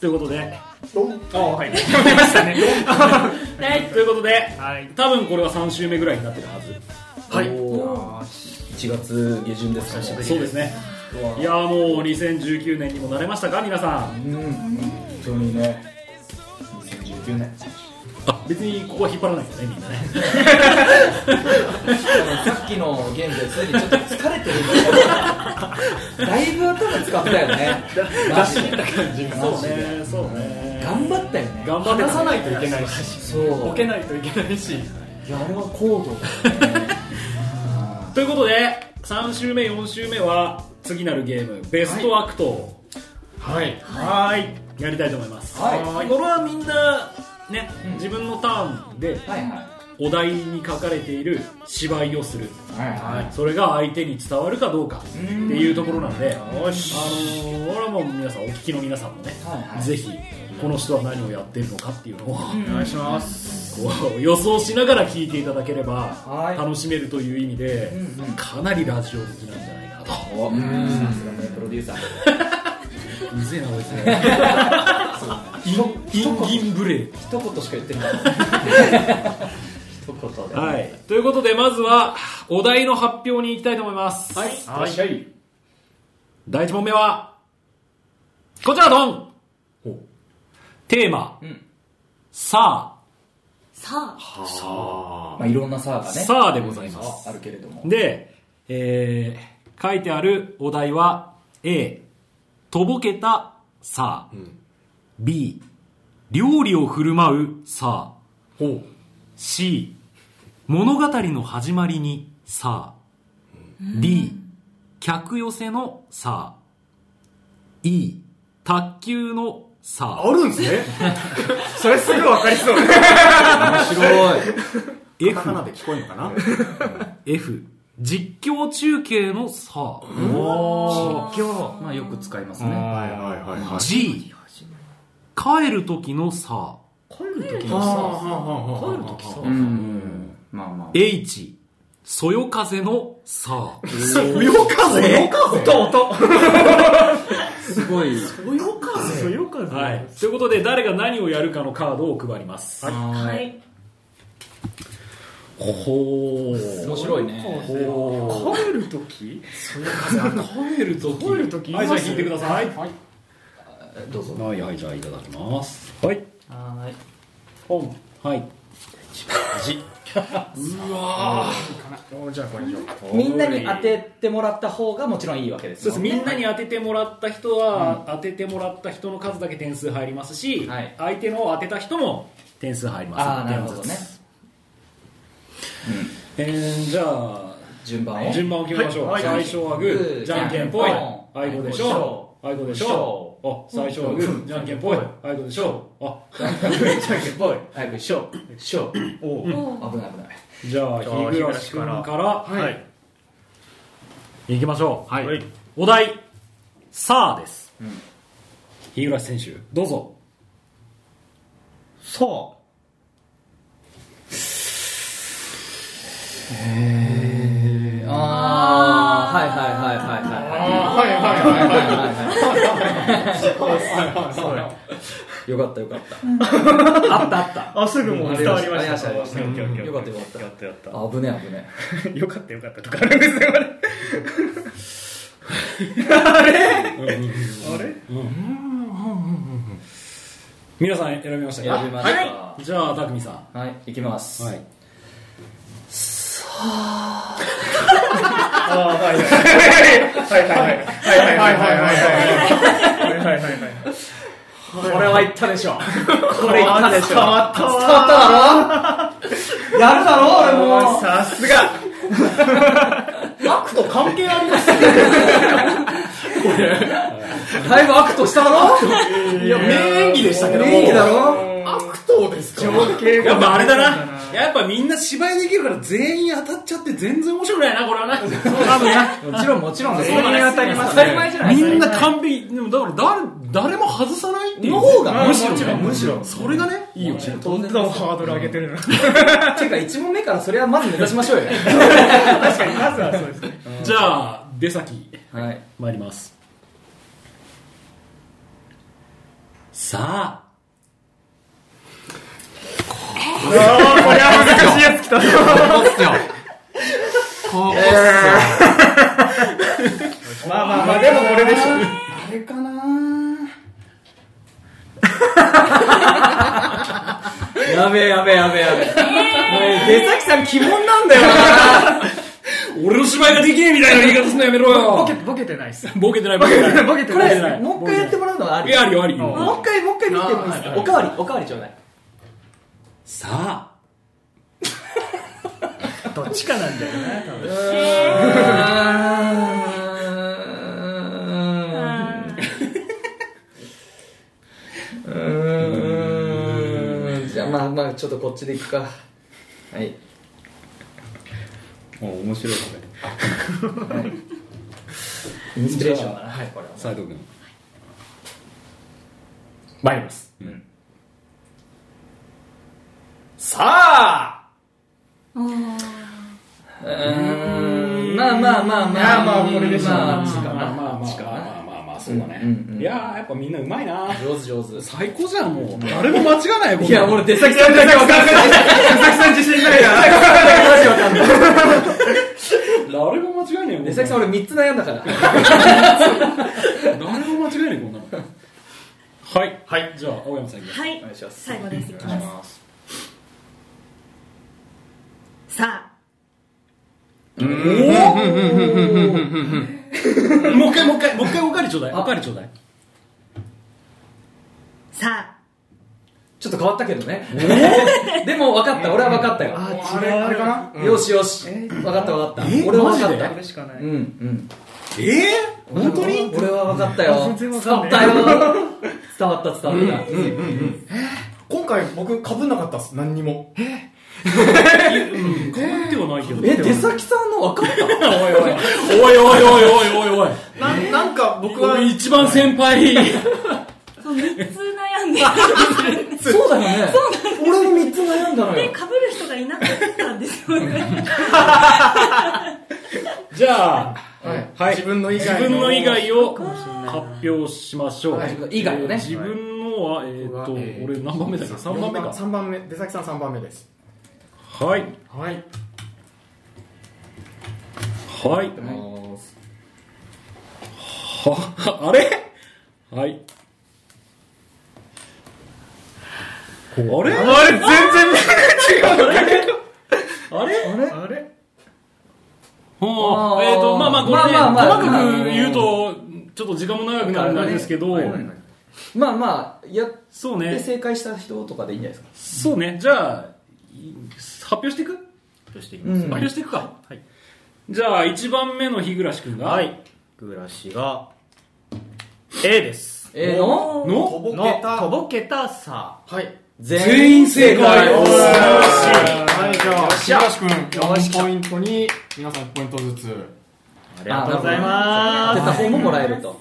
ということで、あはい出ました ねはい、ということで、はい多分これは3週目ぐらいになってるはず。はい1月下旬ですかねそうですね。いやーもう2019年にもなれましたか皆さん。うん本当にね2019年別にここは引っ張らないですよねみんなね。さっきのゲームですでにちょっと疲れてるん だよだいぶ頭使ったよねマジでそうね、そうね。頑張ったよね頑張って出さないといけないしそうボケないといけないしいやあれは高度だよねあということで、3週目、4週目は次なるゲーム、ベストアクトを、はいはーい、やりたいと思います。はいこれはみんな、ね、うん自分のターンでーはいはいお題に書かれている芝居をする。はいはいそれが相手に伝わるかどうかっていうところなんで、あのー、俺はもう皆さん、お聞きの皆さんもね、はいはいぜひ、この人は何をやってるのかっていうのを、お願いしますこう予想しながら聞いていただければはい楽しめるという意味で、かなりラジオ的なんじゃないかなと。おさすがねプロデューサーうぜえな、こいつね。 インギンブレイ。一言しか言って ない一言ではい。ということで、まずは、お題の発表に行きたいと思います。はい。はいはい第1問目は、こちらドンテーマ、んささあ、まあいろんな差があ、ねさあでございます。あるけれどもで、えー、書いてあるお題は A、とぼけたさあ、B、料理を振る舞うさあ、C、物語の始まりにさあ、D、客寄せのさあ、E、卓球のさああ、るんですね それすぐ分かりそう 面白い F、花で聞こえるのかな F、実況中継のさあ、今日まあよく使いますねはいはいはいは G、帰る時のさあ、いはあはあはあはうあんまあまあ H、そよ風のさあ。そよ風音音すごいそよ風そよ風はい。ということで、誰が何をやるかのカードを配ります。は。はいほー。面白いねほ帰る時ー。帰るとき。帰る時はい、じゃあ引いてください。はい、どうぞはい、じゃあいただきます。はい。はいポン。はい。じゃあこれ以上そうみんなに当ててもらった方がもちろんいいわけですそうよです。みんなに当ててもらった人は、当ててもらった人の数だけ点数入りますし、はい相手のを当てた人も点数入ります。ああなるほどね点数です。えー、じゃあ、順番を順番を決めましょう、はい最初はググーーじゃんけんぽいじゃんけんぽいあいこでしょあいこでしょ あ最初はグーじゃんけんぽいあいこでしょあ早くしょしょおお危ない危ないじゃあじゃあ日暮君から日ははいいきましょうははいお題「さあ」です、ん日暮選手どうぞさあああはいはいはいはいはいはいはいはいはいそうよよかったよかったあったあったあすぐもう伝わりまありまししたたありましたオッケーオッケーよかったよかったやったやった危ね危ねよかったよかったとかあるんですよあれあれ皆さん選びました選かびましたじゃあ匠さんはい行きますはいああはいはいはいはいはいはいはいはいはいはいはいはいはいはいこれは言ったでしょこれ言ったでしょ伝わった伝わっただろやるだろ俺もさすがアクト関係ありますだいぶアクトしただろいや名演技でしたけど名演技だろ情景やっぱあれだななやっぱみんな芝居できるから全員当たっちゃって全然面白くないなこれはな多分なもちろんもちろんです全員当たりますね当たり前じゃないみですかんな完璧でもだから誰誰も外さないっていうの方がむむししろろねむしろそれがねいいよねどんどんハードル上げてる なてか1問目からそれはまず目指しましょうよ確かにまずはそうですねじゃあ出先はい参りますさあ、これは難しいやつ来た。ここっすよ。ここっすよ。まあまあまあ、でもこれでしょ。あれかなやべえやべえやべえやべ出崎さん、鬼門なんだよえ。俺の芝居ができねえみたいな言い方すんのやめろよ。な。ボケてないっす。ボケてないボケてない。ボケてこなボケいてなれ、いもう一回やってもらうのはあいりや、ありよありうんよ。もう一回、もう一回見てもいいあですかーおかわり、おかわりちょうだい。さあ、どっちかなんだよね。うーん。じゃあ、まあまあ、ちょっとこっちでいくか。はい。もう面白いこれインスピレーションだな。はい、これは。斉藤君参ります。さあうーん。まあまあまあまあ。いやまあこれでしょうまあこっちかまあまあまあこっちかまあまあまあ、そうだねうんう。んいやー、やっぱみんなうまいな。上手上手。最高じゃん、もう。誰も間違わないこんいや、俺、出先出崎さん、出崎さん自信ないから。誰も間違いねえもん出先さん、俺3つ悩んだから。誰も間違いねえこんなのはいはいじゃあ青山さんいきますはい願いします最後ですいきますますさもう一回もう一回もう一回おかわりちょうだいおかわりちょうだいあさちょっと変わったけどね。でも分かった、俺は分かったよ。あれ、あれかなよしよし。分かった分かった。え俺は分マジかっでたこ。れしかないうん。うん。ええ本当に俺は分かったよ。全然分伝かわんっなたいよ。伝わった伝わった。今回僕、かぶんなかったっす。何にも。変わってはないけどえ、出先さんの分か ったおいおいおいおいおいおいおいおいななんか僕は、俺一番先輩あそう3つ悩ん でそうだよね。俺も3つ悩んだのでよ。かぶる人がいなかったんですよねじゃあはい、自分の以自外分の以外をかもし発表しましょうはい以外をねえー自分のはえーっと僕はえー俺何番目だっけ3番目か3番目出崎さん3番目ですはいはいはいはあれはいあれあれ全然違うあれあれあれほあうーえっ、と、まあまあ、これね、まあまあまあ細かく言うと、ちょっと時間も長くなるんであれですけど、まあまあ、やっそうてね、正解した人とかでいいんじゃないですか。そうね、じゃあ、い発表していくうん発表していくか。はい。じゃあ、1番目の日暮君が、はい暮らしが A ですえーのおの、ぼけたとぼけたさはい全員正解おおーー素晴らししいはいじゃあゃ東君4ポイントに皆さん1ポイントずつありがとうござい当てたま方ももらえると。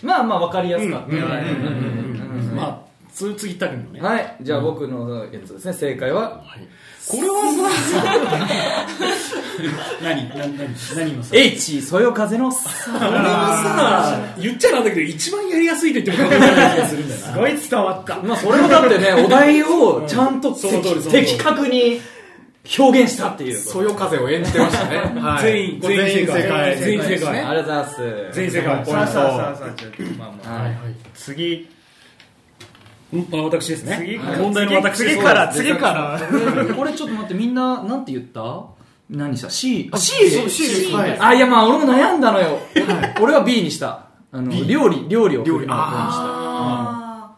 まあまあ、分かりやすかった。まあ、つ次、たくんのね。 はい、じゃあ僕のやつですね、正解は、これはさ、何、何、何、何のさ、 H、そよ風のさ、これはさ、 言っちゃなんだけど、一番やりやすいと言っても過言じゃない気がするんだよすな。ごい 伝わったまあそれもだって ね、お題をちゃんとその通りその通り的確に表現したっていう。そよ風を演じてましたねはい全員、全員正解。全全員員正正解解。ありがとうございます。全員正ポイント解。はい次うんあ私ですね。次問題の私です次から次から これちょっと待って、みんな、なんて言った何した ?C? あ、C? そう C ですはいあ、いやまあ俺も悩んだのよ。俺は B にした。あの、料理、料理を振料理る舞う方にした。 あ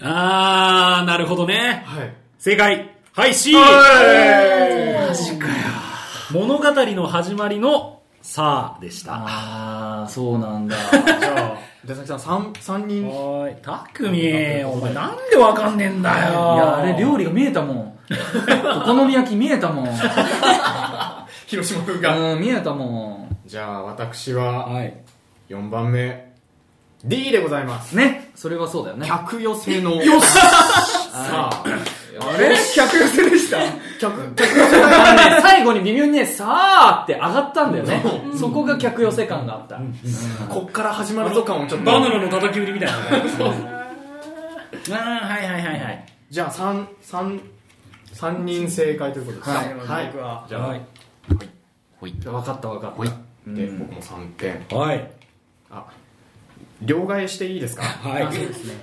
あー、なるほどね。はい正解。はい、C! はい物語の始まりの、さあでした。あー、そうなん だ。じゃあ出崎さん三三人おい、たくみ、お前なんでわかんねえんだよ。いいや、あれ料理が見えたもん。お好み焼き見えたもん。広島風うん、見えたもじゃあ私ははい。 4番目 D でございますん。ね、それはそうだよね。客寄せのよしさああれ客寄せでした客客寄せあのね最後に微妙にね、さあって上がったんだよね。そこが客寄せ感があった。こっから始まるぞ感をちょっとバナナの叩き売りみたいな。あーはいはいはいはいじゃあ三三三人正解ということですはいはい僕はじゃあ、はいほいじゃあ分かった分かった、ほいでうん僕も三点はいあ両替えしていいですかあそうですね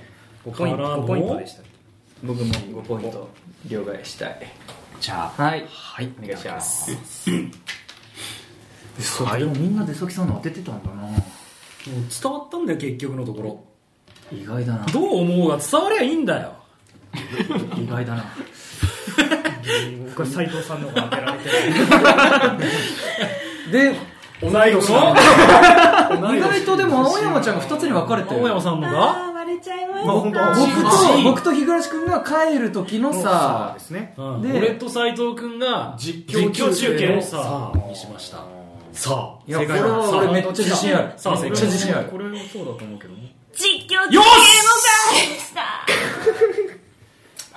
5ポインからトの5ポイントでした僕も5ポイント両替したいじゃあはいはいお願いしますそうあでもみんな出先さんの当ててたんだなもう伝わったんだよ結局のところ意外だなどう思うが伝わりゃいいんだよ意外だな 僕は斎藤さんの方が当てられてる で同い年なん意外とでも青山ちゃんが2つに分かれてる青山さんのがあー割れちゃいままあほしんとた。僕うとん僕と日暮君が帰る時のささですねうんで俺と斎藤君が実況中実継況中継をささあにしましたさあいや正これ解だは俺めっちゃ自信あるさあめっちゃ自信あるこれもそうだと思うけどね実況中継の回でよした。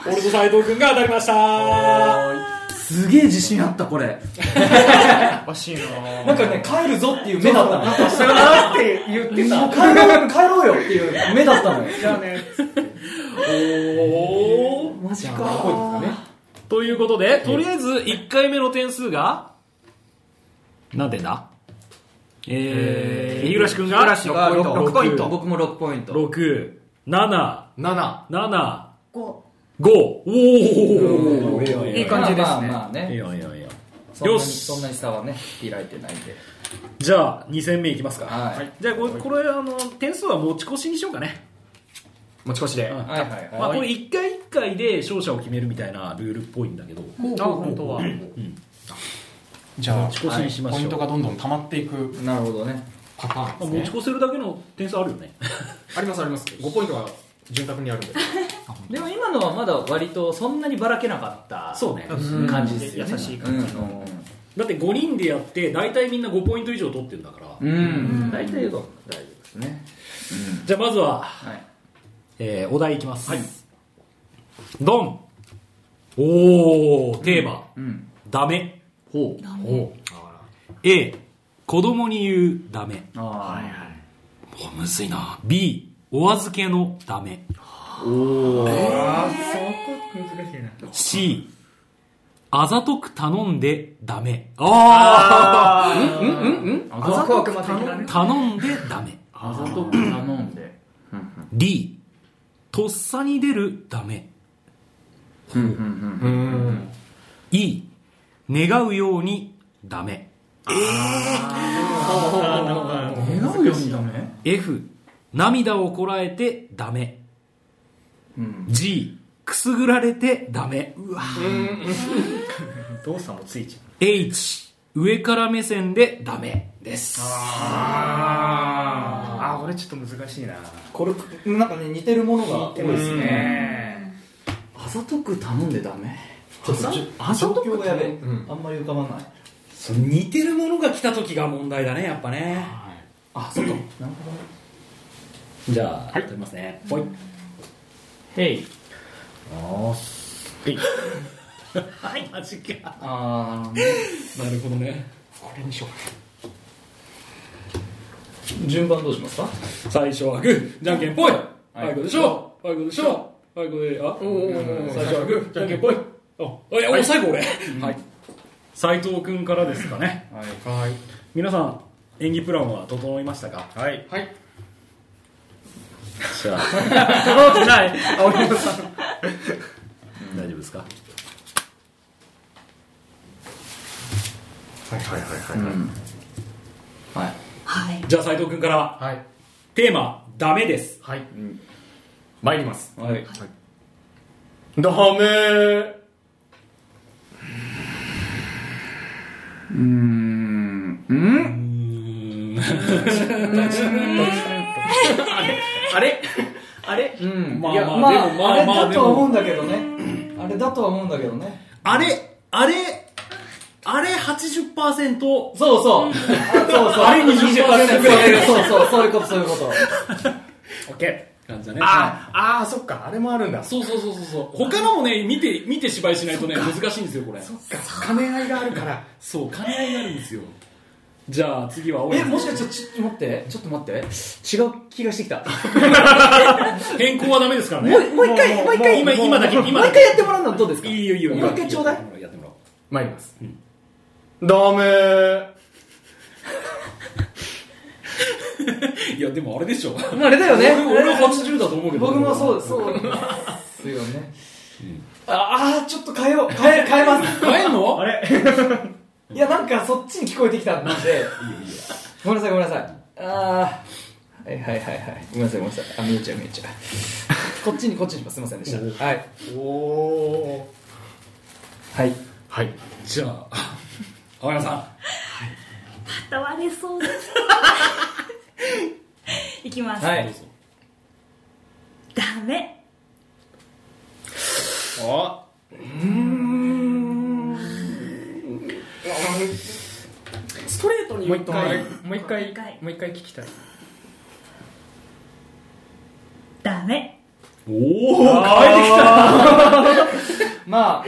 俺と斎藤君が当たりましたすげえ自信あったこれおかしいなぁなんかね帰るぞっていう目だったのさよならって言ってた帰ろうよ帰ろうよっていう目だったのよじゃあねおーマジかということでとりあえず1回目の点数が何点だえー、日暮君がが6 6ポポイインントト僕も6ポイント6 7 7 7こ5おおいいい感じですねまあまあまあいねやいやいやそんなによしそんなに差はね開いてないんでじゃあ2戦目いきますか、はいじゃあここれあの点数は持ち越しにしようかね、持ち越しでうんはいはいまあ、はこいれ1回1回で勝者を決めるみたいなルールっぽいんだけどあ本当はじゃあ持ち越しにしましょうポイントがどんどん溜まっていくなるほどねパターンまであす持ねち越せるだけの点数あるよ ねありますあります5ポイントが潤沢にあるんででも今のはまだ割とそんなにばらけなかったそうね感じですよね優しいうん感じのだって5人でやって大体みんな5ポイント以上取ってるんだから、うん大体よ大丈夫ですねじゃあまずは、はいえーお題いきます、ドンおおテーマ、うんダメほうダメほう A 子供に言うダメあはいはいおむずいな B お預けのダメあーそこ難しいな C あざとく頼んでダメああざとく的なねあ 頼んでダメあざとく頼んで D とっさに出るダメうんうんうんうん E 願うようにダメ願うようにダメ F 涙をこらえてダメうん G くすぐられてダメ動作もついちゃ H 上から目線でダメですうあー俺ちょっと難しいなこれなんかね似てるものが多いですねあざとく頼んでダメちょっとじゅあざとくがやべえうんあんまり浮かばないその似てるものが来た時が問題だねやっぱねあそっかなるじゃあ、取りますねほいへいほどはいマジかああなるほどねこれにしよう順番どうしますか最初はグーじゃんけんぽいあいいこでしょあいこでしょあいこであ最初はグーじゃんけんぽいあいや俺最後俺はい斎藤君からですかねはい皆さん演技プランは整いましたかはいはいじゃあ整ってない青山さん 大丈夫ですかはいはいはいはいはいはい。じゃあ斎藤君からはいテーマダメですはい参りますはいダメーうーんうんあれあれうんまあいやままああでもまああれまあだでともは思うんだけどねあれだとは思うんだけどねあれあれあれ80%そうそうあそうそうあれ20%ぐらいそうそうそういうことそういうことオッケー感じだねああーそっかあれもあるんだそうそうそうそうそう他のもね見て見て芝居しないとね難しいんですよこれそう兼ね合いがあるから兼ね合いになるんですよじゃあ次は青え山もしかしてちょっと待ってちょっと待って違う気がしてきた変更こはダメですからねもうもう一回もう一回今今だけ今もうだ一回けやってもらうのはどうですかいいよいいよもう一回ちょうだいやってもらおう参ります。ダメー。いやでもあれでしょまああれだよね俺俺は80だと思うけど僕もそうそうですよねああちょっと変えよう変え変えます変えんのあれいやなんかそっちに聞こえてきたんでごめんなさいごめんなさいああはいはいはいはいごめんなさいごめんなさいあ見えちゃう見えちゃうこっちにこっちにしますすいませんでしたはいおおはいはい。じゃあ青山さたわれそうです。いきます。はいダメ。あストレートにんもう一回もう一回はいもう一回聞きたいダメ。おお変えてきたまあ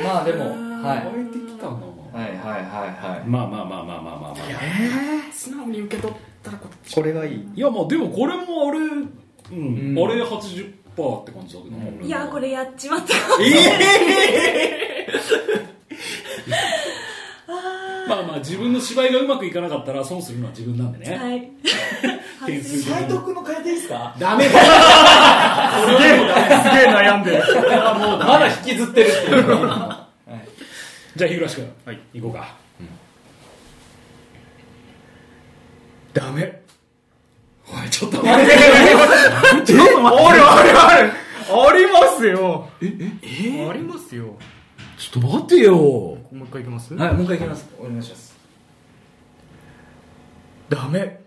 まあでも変はえてきたないはいはいはいはいまあまあまあまあまあまあまあ素直に受け取ったらこっち。これがいいいやまあでもこれもあれうんうんあれ80%って感じだけどな俺いや、これやっちまった。 まあまあ自分の芝居がうまくいかなかったら損するのは自分なんでねはい。点数斎藤君の変えていいですかダメだすげえ、すげえ悩んでる。まだ引きずってるっていうじゃあ日暮君はい行こうかダメ。おいちょっと待ってちょっと待って。あるあるある。ありますよ。え、え、ありますよ。ちょっと待ってよもう一回いきますはいもう一回いきますお願いしますダメ。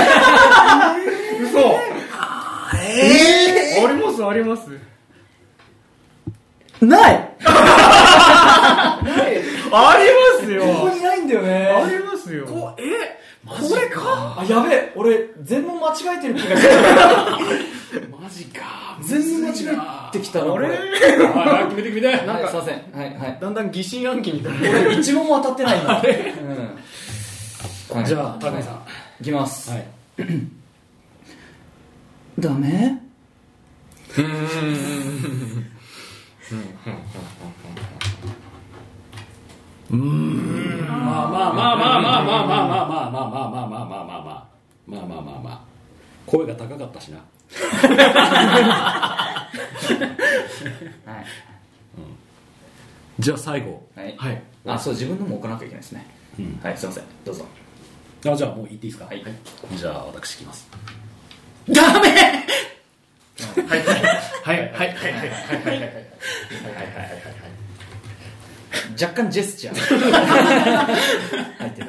ええ嘘ええありますありますないありますよここにないんだよねありますよこえこれかあやべえ俺全問間違えてる気がするマジか全問間違えてきたなこれはい決めて決めてなんかすいませんはいはいだんだん疑心暗鬼になる俺一問も当たってない今うんじゃあ高井さんいきますはいダメまあまあまあまあまあまあまあまあまあまあまあまあまあまあまあまあまあまあまあまあまあ声が高かったしなはいじゃあ最後はい、はいあそう自分のも置かなきゃいけないですね、うんはいすいませんどうぞあじゃあもう言っていいですかはいじゃあ私いきますはいはいはいはい若干ジェスチャー入って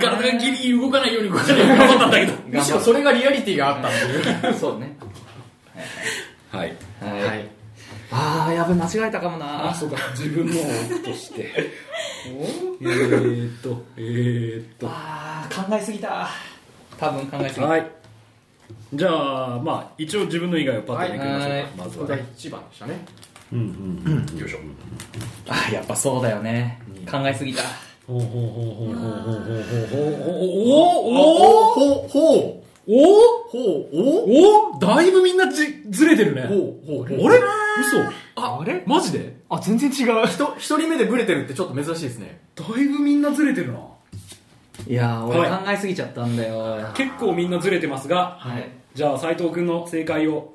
た体がギリギリ動かないように動かないように頑張ったんだけどむしろそれがリアリティがあったんでそうねはいはい、はいああやべ間違えたかもなあそうか自分のとしてえーっとえーっとあー考えすぎた多分考えすぎたはいじゃあまあ一応自分の以外をパッとめくりましょうはいかまずこはれがね一番でしたねうんうんうんよいしょあーやっぱそうだよね、考えすぎたほうほうほうほうほうほうほうほうほうほうほうほうほうほうほうほおうほおうだいぶみんなじずれてるねほうほうほうあれ嘘ああれマジであ全然違う人一人目でブレてるってちょっと珍しいですねだいぶみんなずれてるないやー俺はい考えすぎちゃったんだよはい、結構みんなずれてますがじゃあ斉藤君の正解を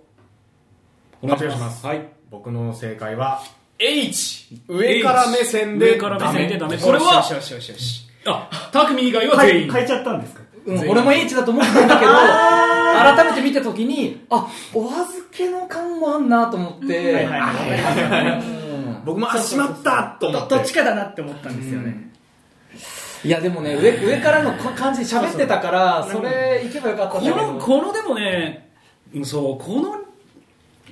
お願いしますお願いしますはい僕の正解は H 上から目線で上から目線でダメここれれははよしよしよしよしあ匠以外は全員えちゃったんですかうん、俺も H だと思ったんだけど改めて見た時にあお預けの感もあんなと思って、うん僕もあしまったと思どっどってちかだなって思ったんですよねいやでもね上上からのこ感じで喋ってたからそれ行けばよかったんこだけのどこのでもねうんそうこの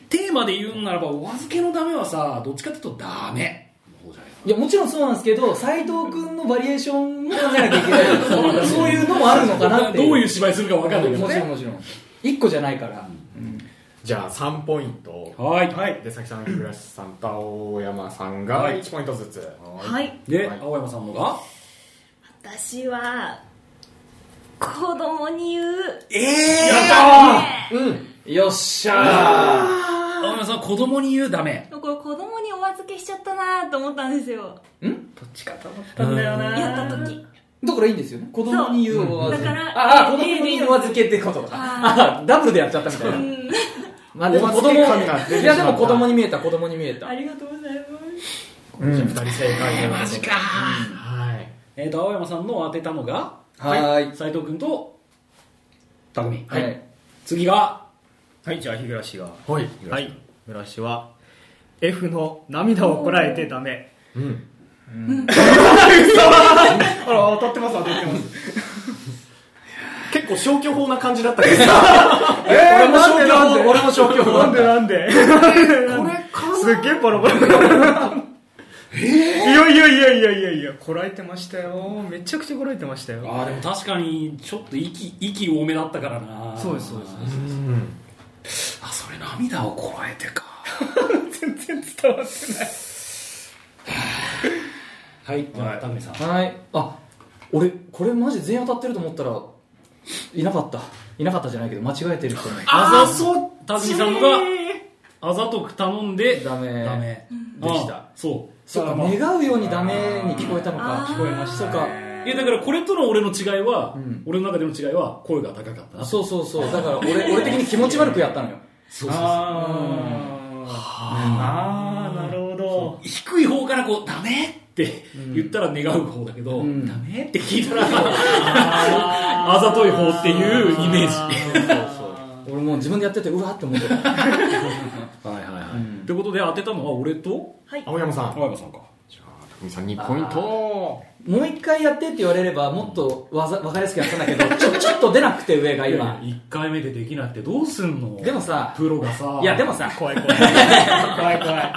テーマで言うんならばお預けのダメはさどっちかっていうとダメの方じゃないいやもちろんそうなんですけど斎藤君のバリエーションも考えなきゃいけないそういうのもあるのかなってどういうう芝居するか分かんないけどもちろんねもちろん一個じゃないから、じゃあ3ポイントはいはい出崎さん日暮さんと青山さんが1ポイントずつはい。ではい青山さんのが私は子供に言うええダメよっしゃー、青山さん子供に言うダメこれ子供にお預けしちゃったなと思ったんですよどっちかと思ったんだよなやった時だからいいんですよね子供に言うおだ預けからああ子供に言うお預けってことかああダブルでやっちゃったみたいなうんまあでも子お供預け感が出てしまったいやでも子供に見えた子供に見えたありがとうございますうん二人正解マジかはいえーと青山さんの当てたのがはーい斉藤君と匠は、はいい次がはい、じゃあ、日暮しが。はいはい、日暮しは、F の涙をこらえてダメ。うん。うん。あら、当たってます、当たってます。結構消去法な感じだったけどえー、俺も消去法俺も消去法なんでなんでこれすっげえバラバラ。えいやいやいやいやいやいや、こらえてましたよ。めちゃくちゃこらえてましたよ。あーでも確かにちょっと息息多めだったからなそうですそうですそうであそれ涙をこらえてか全然伝わってない。 はいじゃあ匠さんはいあ俺これマジ全員当たってると思ったらいなかったいなかったじゃないけど間違えてる人もあざそう匠さんのがあざとく頼んでダメダメでしたあーそうそっかだらま願うようにダメに聞こえたのかあー聞こえましたそっかあいやだからこれとの俺の違いは、うん俺の中での違いは声が高かったなそうそうそうだから俺俺的に気持ち悪くやったのよそうそうそうあー、あーなるほど。低い方からこうダメって言ったら願う方だけど、うんダメって聞いたらあざとい方っていうイメージ俺もう自分でやっててうわーって思ってたはいはいはい、うんってことで当てたのは俺とはい青山さん青山さんか匠さん2ポイントもう一回やってって言われればもっとわざわかりやすくやったんだけどち ょちょっと出なくて上がいや今1回目でできなくてどうすんのでもさプロがさいやでもさ怖い怖い。怖い怖い。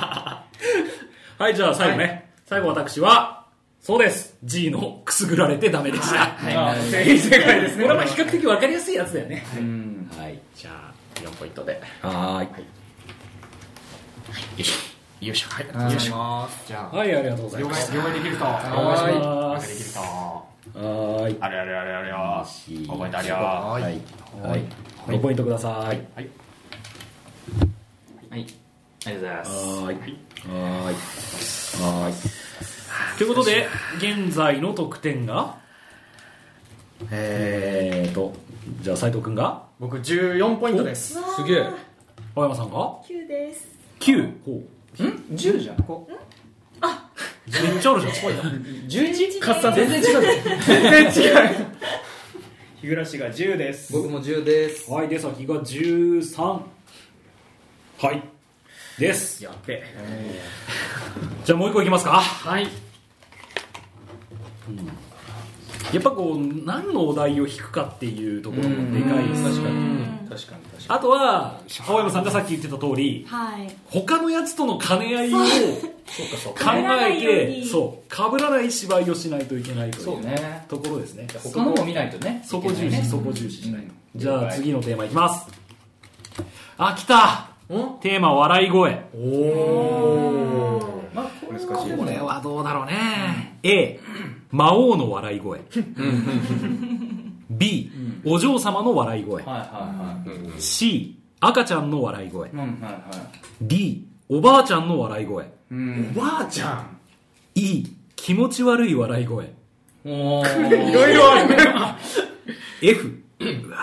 はいじゃあ最後ね、最後私はそうです G のくすぐられてダメでしたはい、あー全員正解ですね。これはまあ比較的わかりやすいやつだよねうんはいじゃあ4ポイントではーいよいしょはいよいしょじゃあはいありがとうござい了ま解す了解できる人お願いし了ま解できるす人はーいあれあれあれあれよ覚えてあるよはいはい5ポイントくださいはいありがとうございまはすいはいはいということで現在の得点がえーとじゃあ斉藤君が僕14ポイントです。すげえ青山さんが9です9ほ10じゃんうめっちゃあるじゃん 11? カッサ全然違うね全然違う。日暮が10です。僕も10ですはい出先が13はいですやっべ。 じゃあもう一個いきますかはい。やっぱこう何のお題を引くかっていうところもでかいです確かにうん確かに確かあとは青山さんがさっき言ってた通りはい他のやつとの兼ね合いを考え被らないようてにそう被らない芝居をしないといけないというにそうねところですね他のも見ないとねそこ重視いけないねそこ重視しないとじゃ了あ解次のテーマいきますあ来たテーマ笑い声まあ、これ難しい。これはどうだろうね A 魔王の笑い声 B お嬢様の笑い声はいは C 赤ちゃんの笑い声いはいうんはいはい D おばあちゃんの笑い声うんおばあちゃん。 E 気持ち悪い笑い声おいろいろあるね。 F うわー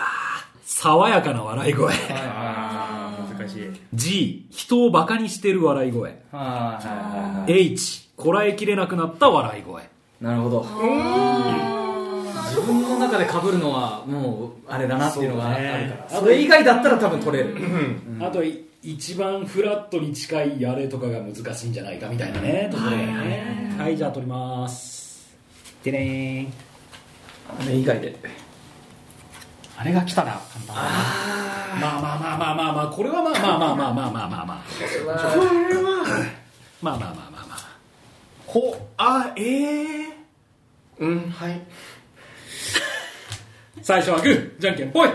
爽やかな笑い声あー、難しい。 G 人をバカにしてる笑い声はいはいはいはい H こらえきれなくなった笑い声なるほど自分の中で被るのはもうあれだなっていうのがあるからそれ以外だったら多分取れるあとい一番フラットに近いあれとかが難しいんじゃないかみたいなねところだよねはいじゃあ取りますでねーんあれ以外であれが来たな簡単だなまあまあまあまあまあまあこれはまあまあまあまあまあまあまあまあまあまあまあまあまあほ、あ、えー。うんはい最初はグーじゃんけんぽい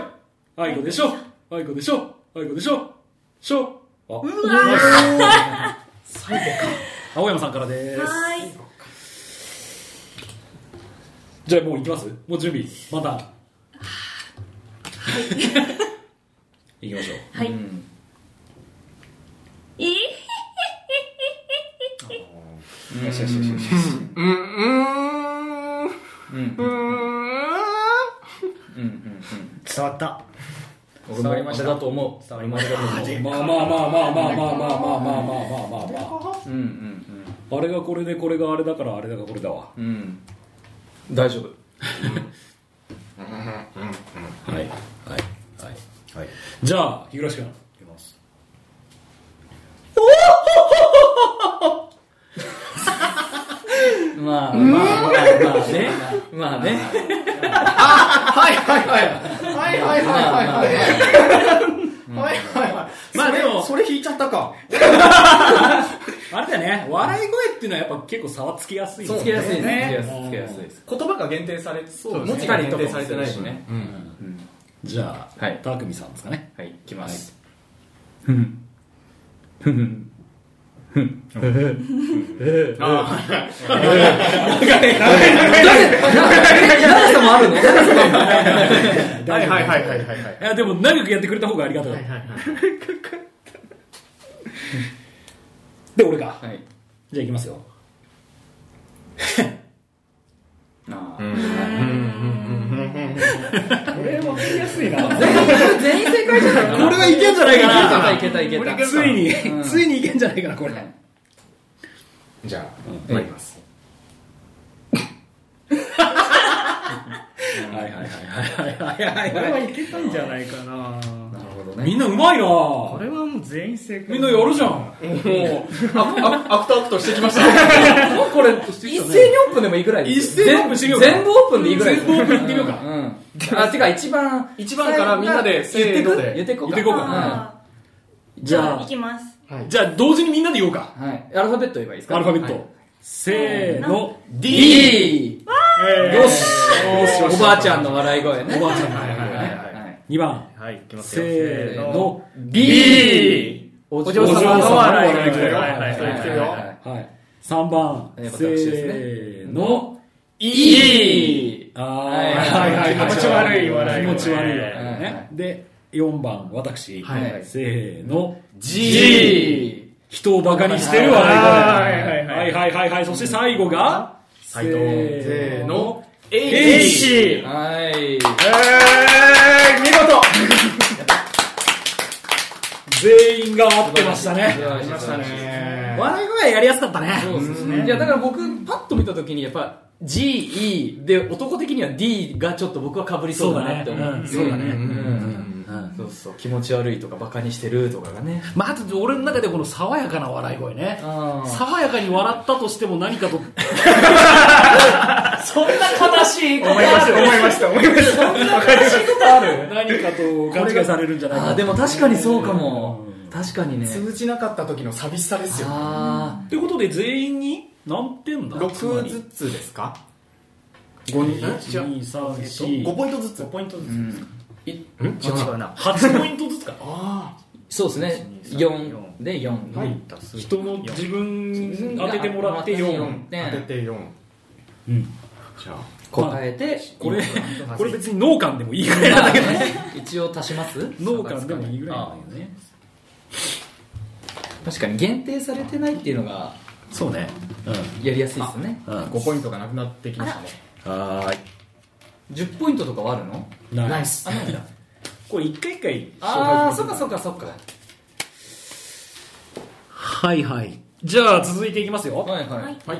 あいこでしょあいこでしょあいこでしょしょあうわ最後か青山さんからですはいじゃあもう行きますもう準備また行きましょうはい。いいよしよしよしよしうんうんうんうんうん伝わったうん伝わりましただと思う伝わりましたまあまあまあまあまあまあまあまあまあまあまあまあまうんうんああれがこれでこれがあれだからあれだがこれだわうんうん大丈夫はいはいはい、はい、じゃあ日暮君 まあまあまあねまあねはいはいはいはいはいはいはいはいはいはいまあでもそれ引いちゃったか あれだね笑い声っていうのはやっぱ結構差はつきやすいつけやすいねねつけやすいつけやすいです言葉が限定されそう文字が限定されてないしねじゃあ、はいたくみさんですかねはいいきます長さもあるのはいはいはいはいはいいやでも長くやってくれた方がありがたい、 で俺かはいじゃあいきますよ あこれ分かりやすいなー全員正解じゃないかなこれはいけんじゃないかないけたいけたいけたついに、うんついにいけんじゃないかなこれ、じゃあ参りますはいはいはいはいはいはいこれはいけたんじゃないかななるほどみねんなうまいなこれはもう全員正解みんなやるじゃんアクトアクトしてきましたもうこれ一斉にオープンでもいいぐらいです一よ斉にオープンしてみようか全部オープンでいいぐらいです全部オープンいってみようかんあてか一番一番からみんなでせーの言でってこうか言ってこうかはあーじゃ行あきます。じゃあ同時にみんなで言おうかいはいアルファベット言えばいいですかアルファベット、はいせーの D よしよしよしおばあちゃんの笑い声ねおばあちゃんはいはいはいははいい2番はい、いきますせよ。ーの B お嬢様の笑い声お嬢様の笑い声ははいいはははいいはいいははい3番やっせぱ学習ですねーのい E あーはいはいはいはい気持ち悪い笑い気持声ち悪い笑いはいはねで4番私はいはいせーの G 人をバカにしてるは笑いはいい声ははいい。はいはいはいそして最後がせ藤ーの H! えはいー、見事全員が合ってましたねやりましたね笑い声やりやすかったねそうですねいやだから僕パッと見た時にやっぱ GE で男的には D がちょっと僕はかぶりそうだなって思ってそうだねうんうんそうそう気持ち悪いとかバカにしてるとかがねまあ、あと俺の中でこの爽やかな笑い声ねあー爽やかに笑ったとしても何 かとそんな悲しい思いました、思いました、思いました。 何かと勘違いされるんじゃないあかーでも確かにそうかも確かにね 通じなかった時の寂しさですよあってことで全員に何点だ6ずつですか5 12348ポイントずつ5ポイントずつポイントずつ かーそうですね4で4はい人の自分当ててもらって4当てて4答えてこれこれ別に農館でもいいぐらい なんだけど一応足します農館でもいいぐらいなんだけどね確かに限定されてないっていうのがそうねやりやすいですねうん5ポイントがなくなってきましたねはー10ポイントとかはあるのいナナイイススこれ一回一回ああそっかそっかそっかはいはいじゃあ続いていきますよはいはいはい。